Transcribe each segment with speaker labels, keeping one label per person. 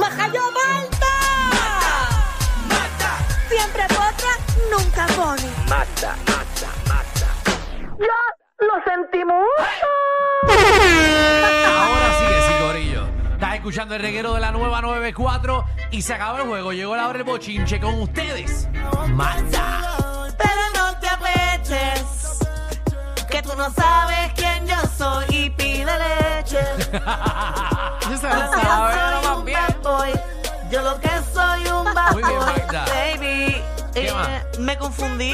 Speaker 1: ¡Majayo Malta! Siempre potra, nunca pone. ¡Ya lo sentimos!
Speaker 2: Ahora sí que sí, Corillo. Estás escuchando el reguero de la nueva 94 y se acaba el juego. Llegó la hora del bochinche con ustedes.
Speaker 3: Pero no te apeches, que tú no sabes quién yo soy y pide leche. yo soy un bad boy, yo lo que soy un bad
Speaker 2: Muy bien,
Speaker 3: boy,
Speaker 2: Magda.
Speaker 3: baby.
Speaker 2: ¿Qué
Speaker 3: Eh,
Speaker 2: más?
Speaker 3: me confundí.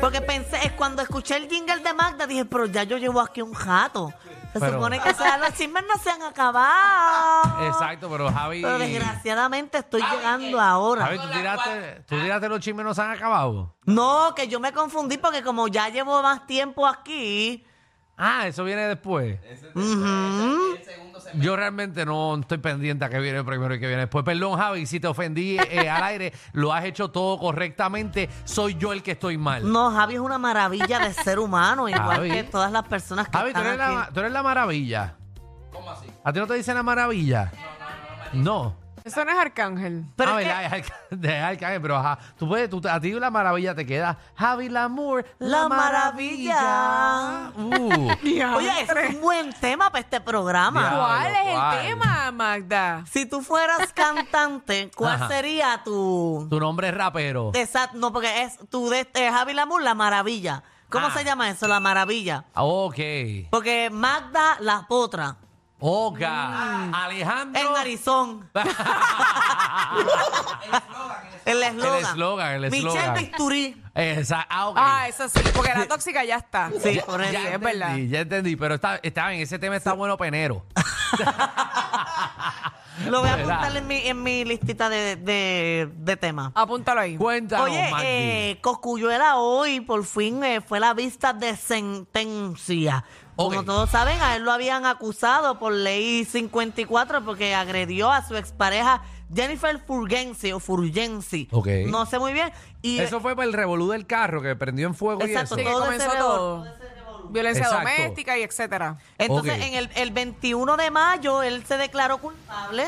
Speaker 3: Porque pensé, es cuando escuché el jingle de Magda, dije, pero ya yo llevo aquí un jato. Se
Speaker 2: Pero-
Speaker 3: supone que o sea, los chismes no se han acabado.
Speaker 2: Exacto, pero Javi.
Speaker 3: Pero desgraciadamente estoy llegando ahora.
Speaker 2: Javi, tú tiraste, tú tiraste los chismes no se han acabado.
Speaker 3: No, que yo me confundí porque como ya llevo más tiempo aquí,
Speaker 2: Ah, eso viene después. Yo realmente no estoy pendiente a qué viene primero y qué viene después. Perdón, Javi, si te ofendí eh, al aire, lo has hecho todo correctamente. Soy yo el que estoy mal.
Speaker 3: no, Javi es una maravilla de ser humano, igual
Speaker 2: Javi.
Speaker 3: que todas las personas que
Speaker 2: Javi, tú
Speaker 3: están
Speaker 2: eres,
Speaker 3: aquí.
Speaker 2: la, tú eres la maravilla. ¿Cómo así? ¿A ti no te dicen la maravilla? No, no, no.
Speaker 4: Eso no es Arcángel.
Speaker 3: Pero
Speaker 2: ah,
Speaker 3: es que-
Speaker 2: verdad, es Arca- de Arcángel, pero ajá. Tú puedes, tú, a ti la maravilla te queda. Javi Lamour,
Speaker 3: La maravilla.
Speaker 2: Uh,
Speaker 3: Oye, ese es un buen tema para este programa.
Speaker 2: Ya.
Speaker 4: ¿cuál es
Speaker 2: ¿Cuál?
Speaker 4: el tema, Magda?
Speaker 3: Si tú fueras cantante, ¿cuál
Speaker 2: Ajá.
Speaker 3: sería tu...
Speaker 2: tu nombre es rapero.
Speaker 3: Exacto, no, porque es tu de eh, Javi Lamour, la maravilla. ¿Cómo
Speaker 2: Ah.
Speaker 3: se llama eso, la maravilla?
Speaker 2: Ah, Ok.
Speaker 3: Porque Magda la potra,
Speaker 2: Oga.
Speaker 3: Mm.
Speaker 2: Alejandro.
Speaker 3: en narizón. el eslogan.
Speaker 2: El eslogan, el eslogan.
Speaker 3: Michelle Victurí.
Speaker 2: Esa- ah, ok.
Speaker 4: Ah, eso sí, porque la tóxica ya está.
Speaker 3: Sí, por eso.
Speaker 4: sí, es
Speaker 2: entendí,
Speaker 4: verdad.
Speaker 2: Ya entendí, pero está, está bien, ese tema está bueno penero.
Speaker 3: Lo voy a
Speaker 2: ¿Verdad?
Speaker 3: apuntar en mi, en mi listita de, de, de temas.
Speaker 4: Apúntalo ahí.
Speaker 2: Cuéntanos,
Speaker 3: Oye,
Speaker 2: Magdi.
Speaker 3: eh, Cosculluela hoy por fin eh, fue la vista de sentencia. Como
Speaker 2: Ok.
Speaker 3: todos saben, a él lo habían acusado por ley 54 porque agredió a su expareja Jennifer Furgensi o Furgensi.
Speaker 2: Ok.
Speaker 3: No sé muy bien. Y
Speaker 2: Eso fue para el revolú del carro que prendió en fuego
Speaker 3: Exacto,
Speaker 2: y
Speaker 4: Sí,
Speaker 2: eso.
Speaker 4: que
Speaker 3: todo
Speaker 4: comenzó
Speaker 3: ese
Speaker 4: todo. Violencia
Speaker 2: Exacto.
Speaker 4: doméstica y etcétera.
Speaker 3: Entonces,
Speaker 2: Ok.
Speaker 3: en el, el 21 de mayo, él se declaró culpable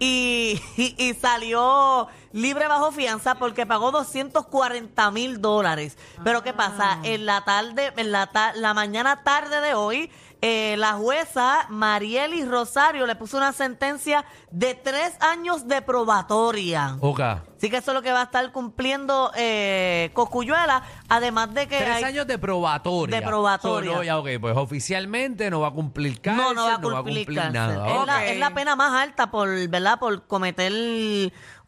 Speaker 3: y, y- y salió libre bajo fianza porque pagó 240 mil dólares. Pero ¿qué pasa? En la tarde, en la, ta- la mañana tarde de hoy, eh, la jueza Marieli Rosario le puso una sentencia de tres años de probatoria.
Speaker 2: Ok.
Speaker 3: Así que eso es lo que va a estar cumpliendo eh, Cosculluela, además de que...
Speaker 2: Tres
Speaker 3: hay-
Speaker 2: años de probatoria.
Speaker 3: De probatoria.
Speaker 2: So, no, ya, ok, pues oficialmente no va a cumplir cárcel,
Speaker 3: no, no va a cumplir, cárcel.
Speaker 2: nada.
Speaker 3: Es,
Speaker 2: Ok.
Speaker 3: la,
Speaker 4: Ok.
Speaker 3: es la pena más alta por, ¿verdad? Por cometer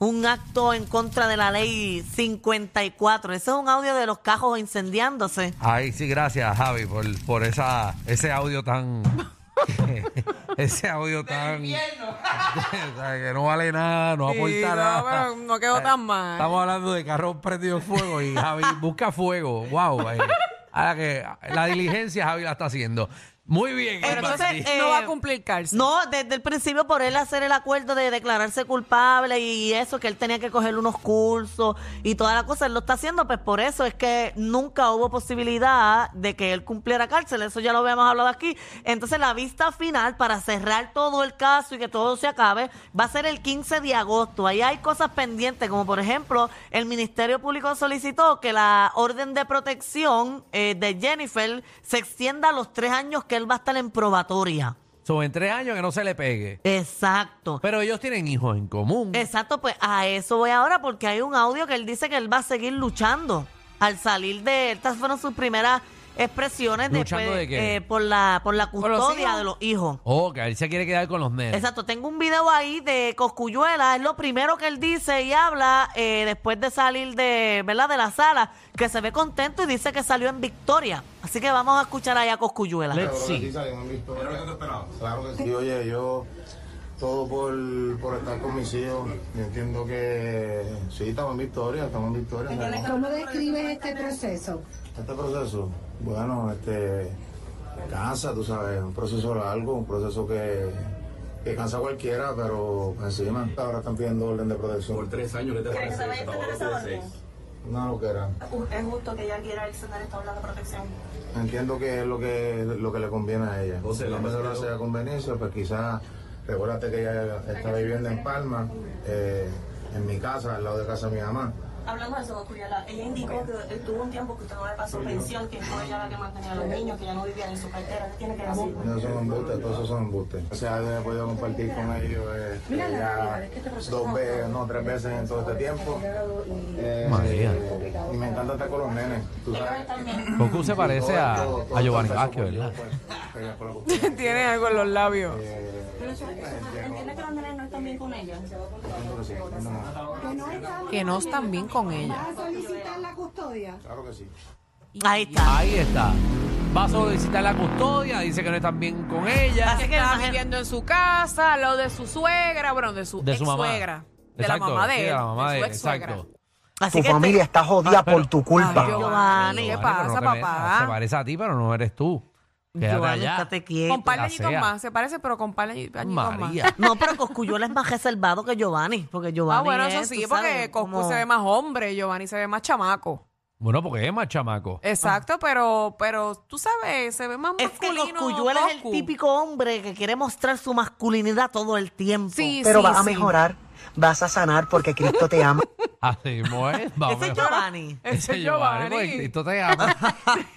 Speaker 3: un acto en contra de la ley 54. Ese es un audio de los cajos incendiándose.
Speaker 2: Ay, sí, gracias, Javi, por, por esa, ese audio tan. ese audio tan. O sea, que no vale nada, no aporta
Speaker 4: Sí, no,
Speaker 2: nada. Eh,
Speaker 4: pero no quedó tan mal.
Speaker 2: Estamos hablando de carro prendido en fuego y Javi busca fuego. Wow. eh. A la, que, la diligencia Javi la está haciendo. Muy bien.
Speaker 3: Pero
Speaker 2: es para
Speaker 3: entonces,
Speaker 2: ti.
Speaker 3: eh,
Speaker 4: no va a cumplir cárcel.
Speaker 3: No, desde el principio por él hacer el acuerdo de declararse culpable y eso, que él tenía que coger unos cursos y toda la cosa, él lo está haciendo, pues por eso es que nunca hubo posibilidad de que él cumpliera cárcel, eso ya lo habíamos hablado aquí. Entonces la vista final para cerrar todo el caso y que todo se acabe va a ser el 15 de agosto. Ahí hay cosas pendientes, como por ejemplo el Ministerio Público solicitó que la orden de protección eh, de Jennifer se extienda a los tres años que él va a estar en probatoria.
Speaker 2: Son en tres años que no se le pegue.
Speaker 3: Exacto.
Speaker 2: Pero ellos tienen hijos en común.
Speaker 3: Exacto, pues a eso voy ahora porque hay un audio que él dice que él va a seguir luchando al salir de... Estas fueron sus primeras expresiones
Speaker 2: ¿Luchando
Speaker 3: después,
Speaker 2: de qué?
Speaker 3: eh, por, la, por la
Speaker 4: los
Speaker 3: custodia
Speaker 4: hijos?
Speaker 3: de los hijos.
Speaker 2: Oh, que él se quiere quedar con los nenes.
Speaker 3: Exacto, tengo un video ahí de Coscuyuela, es lo primero que él dice y habla eh, después de salir de, ¿verdad? de la sala, que se ve contento y dice que salió en victoria. Así que vamos a escuchar ahí a Coscuyuela.
Speaker 2: Let's
Speaker 5: Claro que
Speaker 2: see.
Speaker 5: sí, salimos en victoria. Claro que sí. Y oye, yo todo por, por estar con mis hijos. Yo entiendo que sí, estamos en victoria, estamos en victoria. ¿no?
Speaker 6: ¿Cómo describes este proceso?
Speaker 5: Este proceso, bueno, este cansa, tú sabes, un proceso largo, un proceso que, que cansa a cualquiera, pero encima ahora están pidiendo orden de protección. Por tres años que te Una loquera.
Speaker 7: Es justo que ella quiera extender esta ola de protección.
Speaker 5: Entiendo que es lo que, lo que le conviene a ella. Si la persona sea conveniencia, pues quizás, recuérdate que ella está viviendo en Palma, eh, en mi casa, al lado de casa de mi mamá.
Speaker 7: Hablando de eso, Cocuyala, ella indicó que eh, tuvo un tiempo que usted no le pasó pensión, que fue ella la que mantenía a los niños, que ya no vivía en su cartera. ¿Qué tiene que decir?
Speaker 5: No son embustes, todos esos son embustes. O sea, yo he podido compartir con ellos eh, ya dos veces, no, tres veces en todo este tiempo. Eh,
Speaker 2: María.
Speaker 5: eh, y me encanta estar con los nenes, tú sabes.
Speaker 2: Goku se parece a,
Speaker 5: Todo- todo
Speaker 2: a Giovanni
Speaker 5: empezó
Speaker 2: Vázquez,
Speaker 5: por yo,
Speaker 2: ¿verdad?
Speaker 5: pues, pero por la Eh, cuestión.
Speaker 4: Tiene algo en los labios.
Speaker 7: ¿Entiende que los nenes no están bien con ella?
Speaker 5: Entiendo que sí, entiendo
Speaker 6: Que
Speaker 5: que no.
Speaker 6: no estamos-
Speaker 4: Que no están bien con ella.
Speaker 6: ¿Vas a solicitar la custodia?
Speaker 5: Claro que sí.
Speaker 3: Ahí está.
Speaker 2: Ahí está. Va a solicitar la custodia, dice que no están bien con ella.
Speaker 3: Así que
Speaker 4: Estaba
Speaker 3: imagina-
Speaker 4: viviendo en su casa, al lado de su suegra, bueno, de su,
Speaker 2: De su mamá.
Speaker 4: suegra. De
Speaker 2: Exacto,
Speaker 4: la mamá de él.
Speaker 2: sí, de la mamá de
Speaker 4: su
Speaker 2: él,
Speaker 4: ex-suegra.
Speaker 2: exacto.
Speaker 3: Así
Speaker 8: Tu
Speaker 3: que este-
Speaker 8: familia está jodida
Speaker 2: pero-
Speaker 8: por tu culpa.
Speaker 4: Ay,
Speaker 3: Giovanni,
Speaker 4: ¿Qué
Speaker 2: Giovanni, pero
Speaker 4: pasa,
Speaker 2: no te- Se
Speaker 4: papá?
Speaker 2: parece a ti, pero no eres tú. Quédate
Speaker 3: Giovanni,
Speaker 2: allá.
Speaker 3: estate quieto.
Speaker 4: Con par de
Speaker 2: la
Speaker 4: añitos
Speaker 2: sea.
Speaker 4: más. Se parece, pero con par de añi- añitos más.
Speaker 2: María.
Speaker 3: No, pero Coscuyuela es más reservado que Giovanni, porque Giovanni
Speaker 4: Ah, bueno, eso
Speaker 3: es,
Speaker 4: sí,
Speaker 3: tú
Speaker 4: porque
Speaker 3: sabes,
Speaker 4: Coscu
Speaker 3: como-
Speaker 4: se ve más hombre, Giovanni se ve más chamaco.
Speaker 2: Bueno, porque es más chamaco.
Speaker 4: Exacto, pero, pero tú sabes, se ve más
Speaker 3: Ah. Es que
Speaker 4: masculino.
Speaker 3: Coscuyuela es el
Speaker 4: Coscu.
Speaker 3: típico hombre que quiere mostrar su masculinidad todo el tiempo.
Speaker 4: Sí,
Speaker 8: Pero
Speaker 4: sí,
Speaker 8: vas a
Speaker 4: sí.
Speaker 8: mejorar, vas a sanar porque Cristo te ama.
Speaker 2: Así mismo es. va
Speaker 3: Ese es
Speaker 2: mejor.
Speaker 3: Giovanni.
Speaker 2: Ese es
Speaker 4: Giovanni.
Speaker 2: Giovanni. pues, porque Cristo te ama.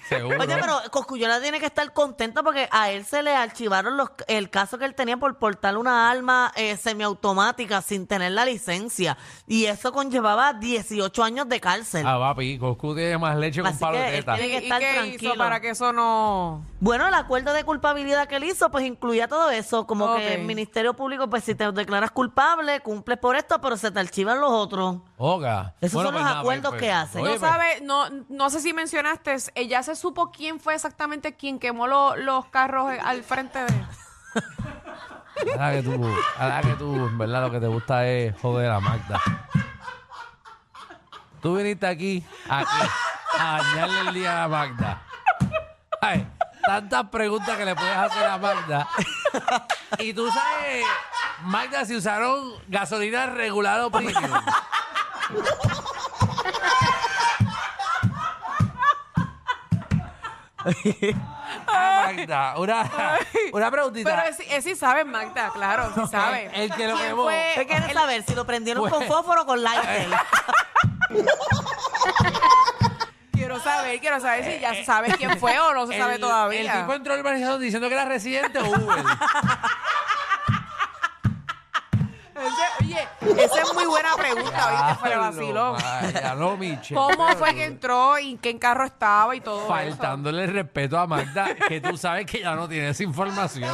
Speaker 2: Seguro.
Speaker 3: Oye, pero Coscuyola tiene que estar contenta porque a él se le archivaron los, el caso que él tenía por portar una arma eh, semiautomática sin tener la licencia. Y eso conllevaba 18 años de cárcel.
Speaker 2: Ah, papi, Coscu tiene más leche con
Speaker 3: Así
Speaker 2: palo
Speaker 3: que
Speaker 2: de teta.
Speaker 4: ¿Y,
Speaker 3: tiene que
Speaker 4: y
Speaker 3: estar
Speaker 4: qué
Speaker 3: tranquilo.
Speaker 4: hizo para que eso no...?
Speaker 3: Bueno, el acuerdo de culpabilidad que él hizo, pues incluía todo eso, como
Speaker 4: Ok.
Speaker 3: que el Ministerio Público, pues si te declaras culpable, cumples por esto, pero se te archivan los otros.
Speaker 2: Oga.
Speaker 3: Esos
Speaker 2: Bueno,
Speaker 3: son los
Speaker 2: pues nada,
Speaker 3: acuerdos
Speaker 2: pues,
Speaker 3: que hacen.
Speaker 2: oye,
Speaker 4: No
Speaker 2: pues,
Speaker 4: sabe, no, no sé si mencionaste, ella se supo quién fue exactamente quien quemó lo- los carros al frente de...
Speaker 2: Ahora que tú, ahora que tú, en verdad lo que te gusta es joder a Magda. Tú viniste aquí, aquí a dañarle el día a Magda. Ay, tantas preguntas que le puedes hacer a Magda. Y tú sabes, Magda, si usaron gasolina regular o premium. Ay, Magda, una, una preguntita.
Speaker 4: Pero sí, eh, sí sabe, Magda, claro, sí sabe.
Speaker 2: El- el que lo
Speaker 4: ¿Quién
Speaker 2: quemó.
Speaker 4: fue?
Speaker 3: ¿Qué quieres saber? Si lo prendieron con
Speaker 2: Pues-
Speaker 3: fósforo o con lighter.
Speaker 4: Quiero saber, quiero saber si ya se sabe quién fue o no se sabe
Speaker 2: El-
Speaker 4: todavía.
Speaker 2: El tipo entró al barrio diciendo que era residente o Uber.
Speaker 4: Ese- oye, esa es muy buena pregunta, ¿viste? Fuera vacilón.
Speaker 2: Ah, Vaya, no, Miche.
Speaker 4: ¿Cómo fue que entró y en qué carro estaba y todo
Speaker 2: Faltándole el respeto a Magda, que tú sabes que ya no tienes información.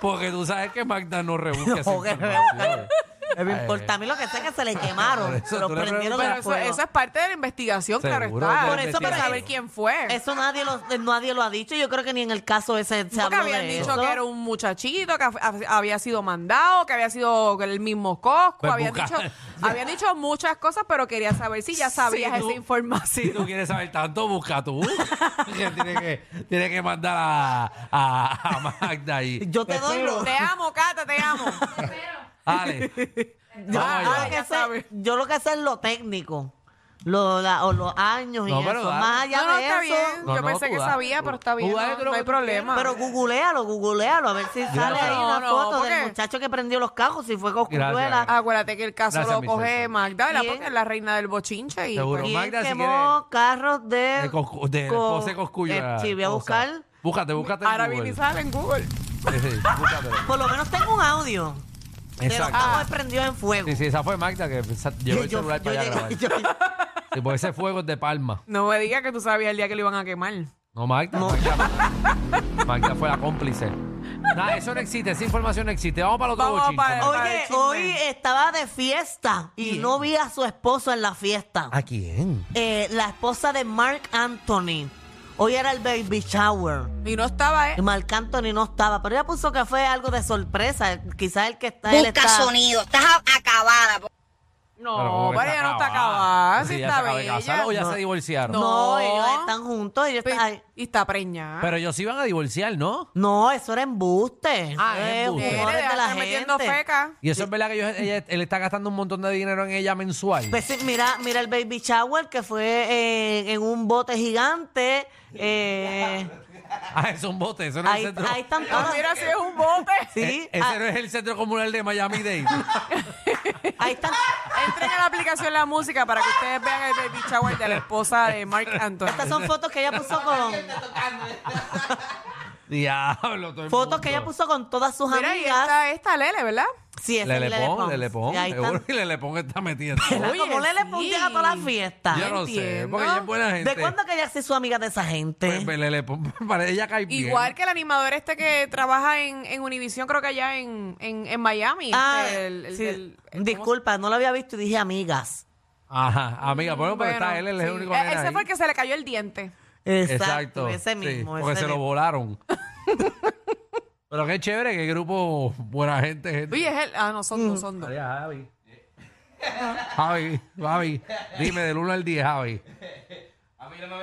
Speaker 2: Porque tú sabes que Magda no rebusca esa
Speaker 3: No, que
Speaker 2: información.
Speaker 3: No me importa a mí lo que sé que se le quemaron.
Speaker 2: eso
Speaker 3: Se lo
Speaker 2: tú le
Speaker 3: prendieron
Speaker 2: preguntas.
Speaker 4: eso?
Speaker 3: con
Speaker 4: Pero eso,
Speaker 3: fuego.
Speaker 4: eso es parte de la investigación,
Speaker 2: Seguro,
Speaker 4: claro está.
Speaker 2: de
Speaker 3: Por eso, pero-
Speaker 4: saber quién fue.
Speaker 3: Eso nadie lo, eh, nadie lo ha dicho. Yo creo que ni en el caso ese se
Speaker 4: Porque
Speaker 3: habló
Speaker 4: habían
Speaker 3: de
Speaker 4: dicho
Speaker 3: eso.
Speaker 4: que era un muchachito, que af- había sido mandado, que había sido el mismo Cosco.
Speaker 2: Pues
Speaker 4: habían,
Speaker 2: busca-
Speaker 4: dicho, habían dicho muchas cosas, pero quería saber si ya sabías
Speaker 2: tú-
Speaker 4: esa información.
Speaker 2: Si tú quieres saber tanto, busca tú. que tienes que, tienes que mandar a, a- a Magda ahí.
Speaker 3: Yo te doy lo,
Speaker 4: Te amo, Cata, te amo.
Speaker 2: Ale.
Speaker 3: yo,
Speaker 2: vamos allá.
Speaker 3: yo lo que
Speaker 4: Ah, ya
Speaker 3: sé-
Speaker 4: sabes.
Speaker 3: yo lo que sé es lo técnico. Lo, la- o los años
Speaker 2: No,
Speaker 3: y
Speaker 2: pero
Speaker 3: eso.
Speaker 2: dale.
Speaker 3: Más allá
Speaker 4: no, no,
Speaker 3: de
Speaker 4: está
Speaker 3: eso.
Speaker 4: bien.
Speaker 2: No,
Speaker 4: Yo
Speaker 2: no,
Speaker 4: pensé
Speaker 2: tú
Speaker 4: que
Speaker 2: dale,
Speaker 4: sabía,
Speaker 2: tú-
Speaker 4: pero está
Speaker 2: tú
Speaker 4: bien.
Speaker 2: dale,
Speaker 4: No,
Speaker 2: creo
Speaker 4: no hay
Speaker 2: que tú
Speaker 4: problema.
Speaker 3: Pero googlealo, googlealo, a ver si sale ahí
Speaker 4: No,
Speaker 3: una
Speaker 4: no,
Speaker 3: foto
Speaker 4: porque-
Speaker 3: del muchacho que prendió los cajos, si fue
Speaker 2: Gracias.
Speaker 3: Coscuela.
Speaker 4: Acuérdate que el caso
Speaker 2: Gracias,
Speaker 4: lo
Speaker 2: mi
Speaker 4: coge
Speaker 2: César.
Speaker 4: Magda, ¿verdad?
Speaker 3: Bien.
Speaker 4: Porque es la reina del bochinche. Y
Speaker 2: Seguro.
Speaker 4: pues,
Speaker 3: ¿Quién
Speaker 2: Magda, si
Speaker 3: quemó carros de...
Speaker 2: De, Coscu- de
Speaker 3: co-
Speaker 2: José Coscuyo.
Speaker 3: Eh, sí, voy a buscar.
Speaker 2: Búscate, búscate. en
Speaker 4: ahora
Speaker 2: Google.
Speaker 4: viene y sale en Google.
Speaker 2: Sí, sí, búscatelo.
Speaker 3: Por lo menos tengo un audio. De los
Speaker 2: Exacto.
Speaker 3: cajos prendidos en fuego.
Speaker 2: Sí, sí, esa fue Magda que sa- llevó el
Speaker 3: Yo-
Speaker 2: celular
Speaker 3: yo
Speaker 2: para allá a
Speaker 3: llegué-
Speaker 2: grabar.
Speaker 3: yo-
Speaker 2: Sí, porque ese fuego es de Palma.
Speaker 4: No me digas que tú sabías el día que lo iban a quemar.
Speaker 2: No, Magda. Magda, Magda fue la cómplice. Nada, eso no existe, esa información no existe. Vamos para el otro
Speaker 4: Vamos
Speaker 2: bochinche.
Speaker 4: para el-
Speaker 2: Magda.
Speaker 4: Para
Speaker 3: Oye,
Speaker 4: el chisme.
Speaker 3: hoy estaba de fiesta y no vi a su esposo en la fiesta.
Speaker 2: Ah.
Speaker 8: ¿A quién?
Speaker 3: Eh, la esposa de Mark Anthony. Hoy era el baby shower.
Speaker 4: Y no estaba
Speaker 3: Y
Speaker 4: eh,
Speaker 3: Mark Anthony no estaba, pero ella puso que fue algo de sorpresa. Quizás el que está. él está-
Speaker 2: Pero como
Speaker 4: No,
Speaker 2: que
Speaker 4: pero ella no está acabada.
Speaker 2: acabada.
Speaker 4: Si
Speaker 2: Sí, ya
Speaker 4: está
Speaker 2: se acaba de casar
Speaker 4: bella.
Speaker 2: O ya
Speaker 4: No.
Speaker 2: se divorciaron.
Speaker 3: No,
Speaker 4: No.
Speaker 3: ellos están juntos. Ellos
Speaker 4: Pe-
Speaker 3: están- ay,
Speaker 4: Y está preñada.
Speaker 2: Pero ellos se iban a divorciar, ¿no?
Speaker 3: No, eso era embuste.
Speaker 2: Ah, es
Speaker 3: Eh,
Speaker 2: embuste.
Speaker 4: Nene,
Speaker 3: rumores
Speaker 4: deja
Speaker 3: de la
Speaker 4: estar metiendo
Speaker 3: gente.
Speaker 4: feca.
Speaker 2: Y eso es verdad que ellos- ella- él está gastando un montón de dinero en ella mensual.
Speaker 3: Pues sí, mira, mira el baby shower que fue eh, en un bote gigante. eh,
Speaker 2: Ah, es un bote, eso no es
Speaker 3: ahí,
Speaker 2: el centro.
Speaker 3: ahí están
Speaker 4: Ah,
Speaker 3: todas.
Speaker 4: mira si es un bote.
Speaker 3: Sí,
Speaker 2: Eh, ese
Speaker 3: ah,
Speaker 2: no es el centro comunal de Miami Dade.
Speaker 3: ahí están.
Speaker 4: Entren a la aplicación La Música para que ustedes vean el baby shower de la esposa de Mark Anthony.
Speaker 3: Estas son fotos que ella puso con
Speaker 2: Diablo, todo el
Speaker 3: fotos que
Speaker 2: mundo.
Speaker 3: ella puso con todas sus
Speaker 4: Mira, y
Speaker 3: amigas.
Speaker 4: esta, esta Lele, ¿verdad?
Speaker 3: Sí, esa es
Speaker 2: Lele Pon, Lele Pon.
Speaker 3: Y ahí están.
Speaker 2: Seguro que Lele Pon está metiendo.
Speaker 3: Era
Speaker 4: Oye,
Speaker 3: como Lele Pon
Speaker 4: sí.
Speaker 3: llega a todas las fiestas.
Speaker 2: Yo no sé,
Speaker 4: entiendo.
Speaker 2: porque ella es buena gente.
Speaker 3: ¿De cuándo que ella se hizo amiga de esa gente?
Speaker 2: Pues, pues, Lele Pon, para ella cae bien.
Speaker 4: Igual que el animador este que trabaja en, en Univision, creo que allá en, en, en Miami.
Speaker 3: Ah,
Speaker 4: este, el- el-
Speaker 3: sí.
Speaker 4: el- el-
Speaker 3: disculpa, no lo había visto y dije amigas.
Speaker 2: Ajá, amiga, Ah, bueno, pero está él, él es el
Speaker 4: Mm, sí.
Speaker 2: único
Speaker 4: E-
Speaker 2: nene
Speaker 4: Ese
Speaker 2: ahí.
Speaker 4: fue el que se le cayó el diente.
Speaker 3: Exacto,
Speaker 2: sí,
Speaker 3: ese mismo.
Speaker 2: porque
Speaker 3: ese
Speaker 2: se lo
Speaker 3: mismo.
Speaker 2: volaron. pero qué chévere, qué grupo buena gente. gente.
Speaker 4: Oye, es él. Ah, no, son dos, son dos.
Speaker 2: María, Javi. Javi, Javi, dime del 1 al 10, Javi.
Speaker 3: La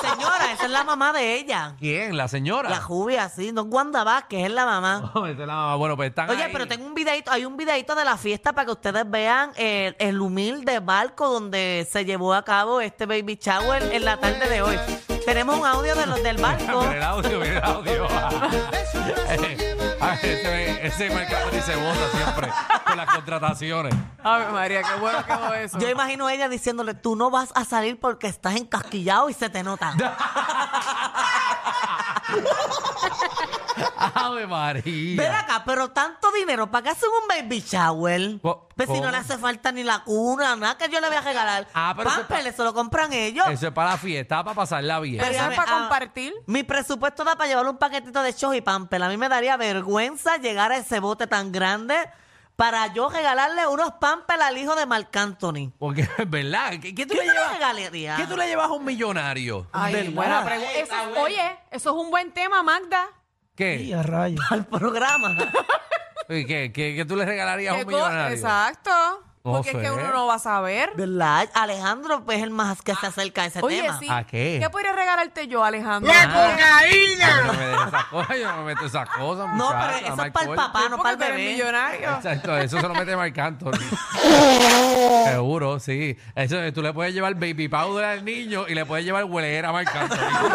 Speaker 3: señora, esa es la mamá de ella.
Speaker 2: ¿Quién? ¿La señora?
Speaker 3: La jubia, sí, no es Wanda Vázquez, es la mamá.
Speaker 2: No, esa es la mamá. bueno, pues están
Speaker 3: Oye,
Speaker 2: ahí.
Speaker 3: pero tengo un videito, hay un videito de la fiesta para que ustedes vean el, el humilde barco donde se llevó a cabo este baby shower en la tarde de hoy. Tenemos un audio de los del barco.
Speaker 2: Mira Ah, el audio, mira el audio. Ay, ese ese mercado se vota siempre con las contrataciones.
Speaker 4: Ave María, qué bueno quedó eso.
Speaker 3: Yo imagino a ella diciéndole, tú no vas a salir porque estás encasquillado y se te nota.
Speaker 2: Ave María.
Speaker 3: Ven acá, pero tanto dinero, ¿para qué hacen un baby shower?
Speaker 2: Co-
Speaker 3: Pues si no
Speaker 2: ¿cómo?
Speaker 3: le hace falta ni la cuna, nada que yo le voy a regalar.
Speaker 2: Ah, pero eso
Speaker 3: Pampers, eso lo compran ellos.
Speaker 2: Eso es para la fiesta, para pasarla bien.
Speaker 4: Pero eso
Speaker 3: Espérame,
Speaker 4: es para
Speaker 3: ah.
Speaker 4: compartir.
Speaker 3: Mi presupuesto da para llevar un paquetito de shows y pampel. A mí me daría vergüenza llegar a ese bote tan grande para yo regalarle unos pampel al hijo de Marc Anthony.
Speaker 2: Porque es verdad. ¿Qué, qué tú
Speaker 3: ¿Qué
Speaker 2: le
Speaker 3: yo le
Speaker 2: llevas?
Speaker 3: regalaría?
Speaker 2: ¿Qué tú le llevas a un millonario?
Speaker 4: Ay,
Speaker 3: ¿Verdad?
Speaker 4: buena pregunta. Eso es- oye, eso es un buen tema, Magda.
Speaker 2: ¿Qué?
Speaker 3: al programa?
Speaker 2: ¿Qué, qué, qué, qué tú le regalarías a
Speaker 4: Que
Speaker 2: un
Speaker 4: co-
Speaker 2: millonario?
Speaker 4: Exacto.
Speaker 2: No
Speaker 4: Porque es
Speaker 2: sé.
Speaker 4: que uno no va a saber.
Speaker 3: ¿Verdad? Alejandro pues, es el más que se acerca a ese
Speaker 4: Oye,
Speaker 3: tema.
Speaker 4: sí.
Speaker 2: ¿A qué?
Speaker 4: podría regalarte yo, Alejandro?
Speaker 2: Ah. Yo no me dejo esas cosas, yo no me meto esas cosas.
Speaker 3: No,
Speaker 2: muchacha,
Speaker 3: pero eso es
Speaker 2: Michael.
Speaker 3: para el papá,
Speaker 4: Ah,
Speaker 3: no
Speaker 4: no,
Speaker 3: para el
Speaker 4: para el
Speaker 3: bebé.
Speaker 4: millonario.
Speaker 2: Exacto, eso se lo mete Marc Anthony. Seguro, sí. Eso, tú le puedes llevar baby powder al niño y le puedes llevar huelera a Marc Anthony.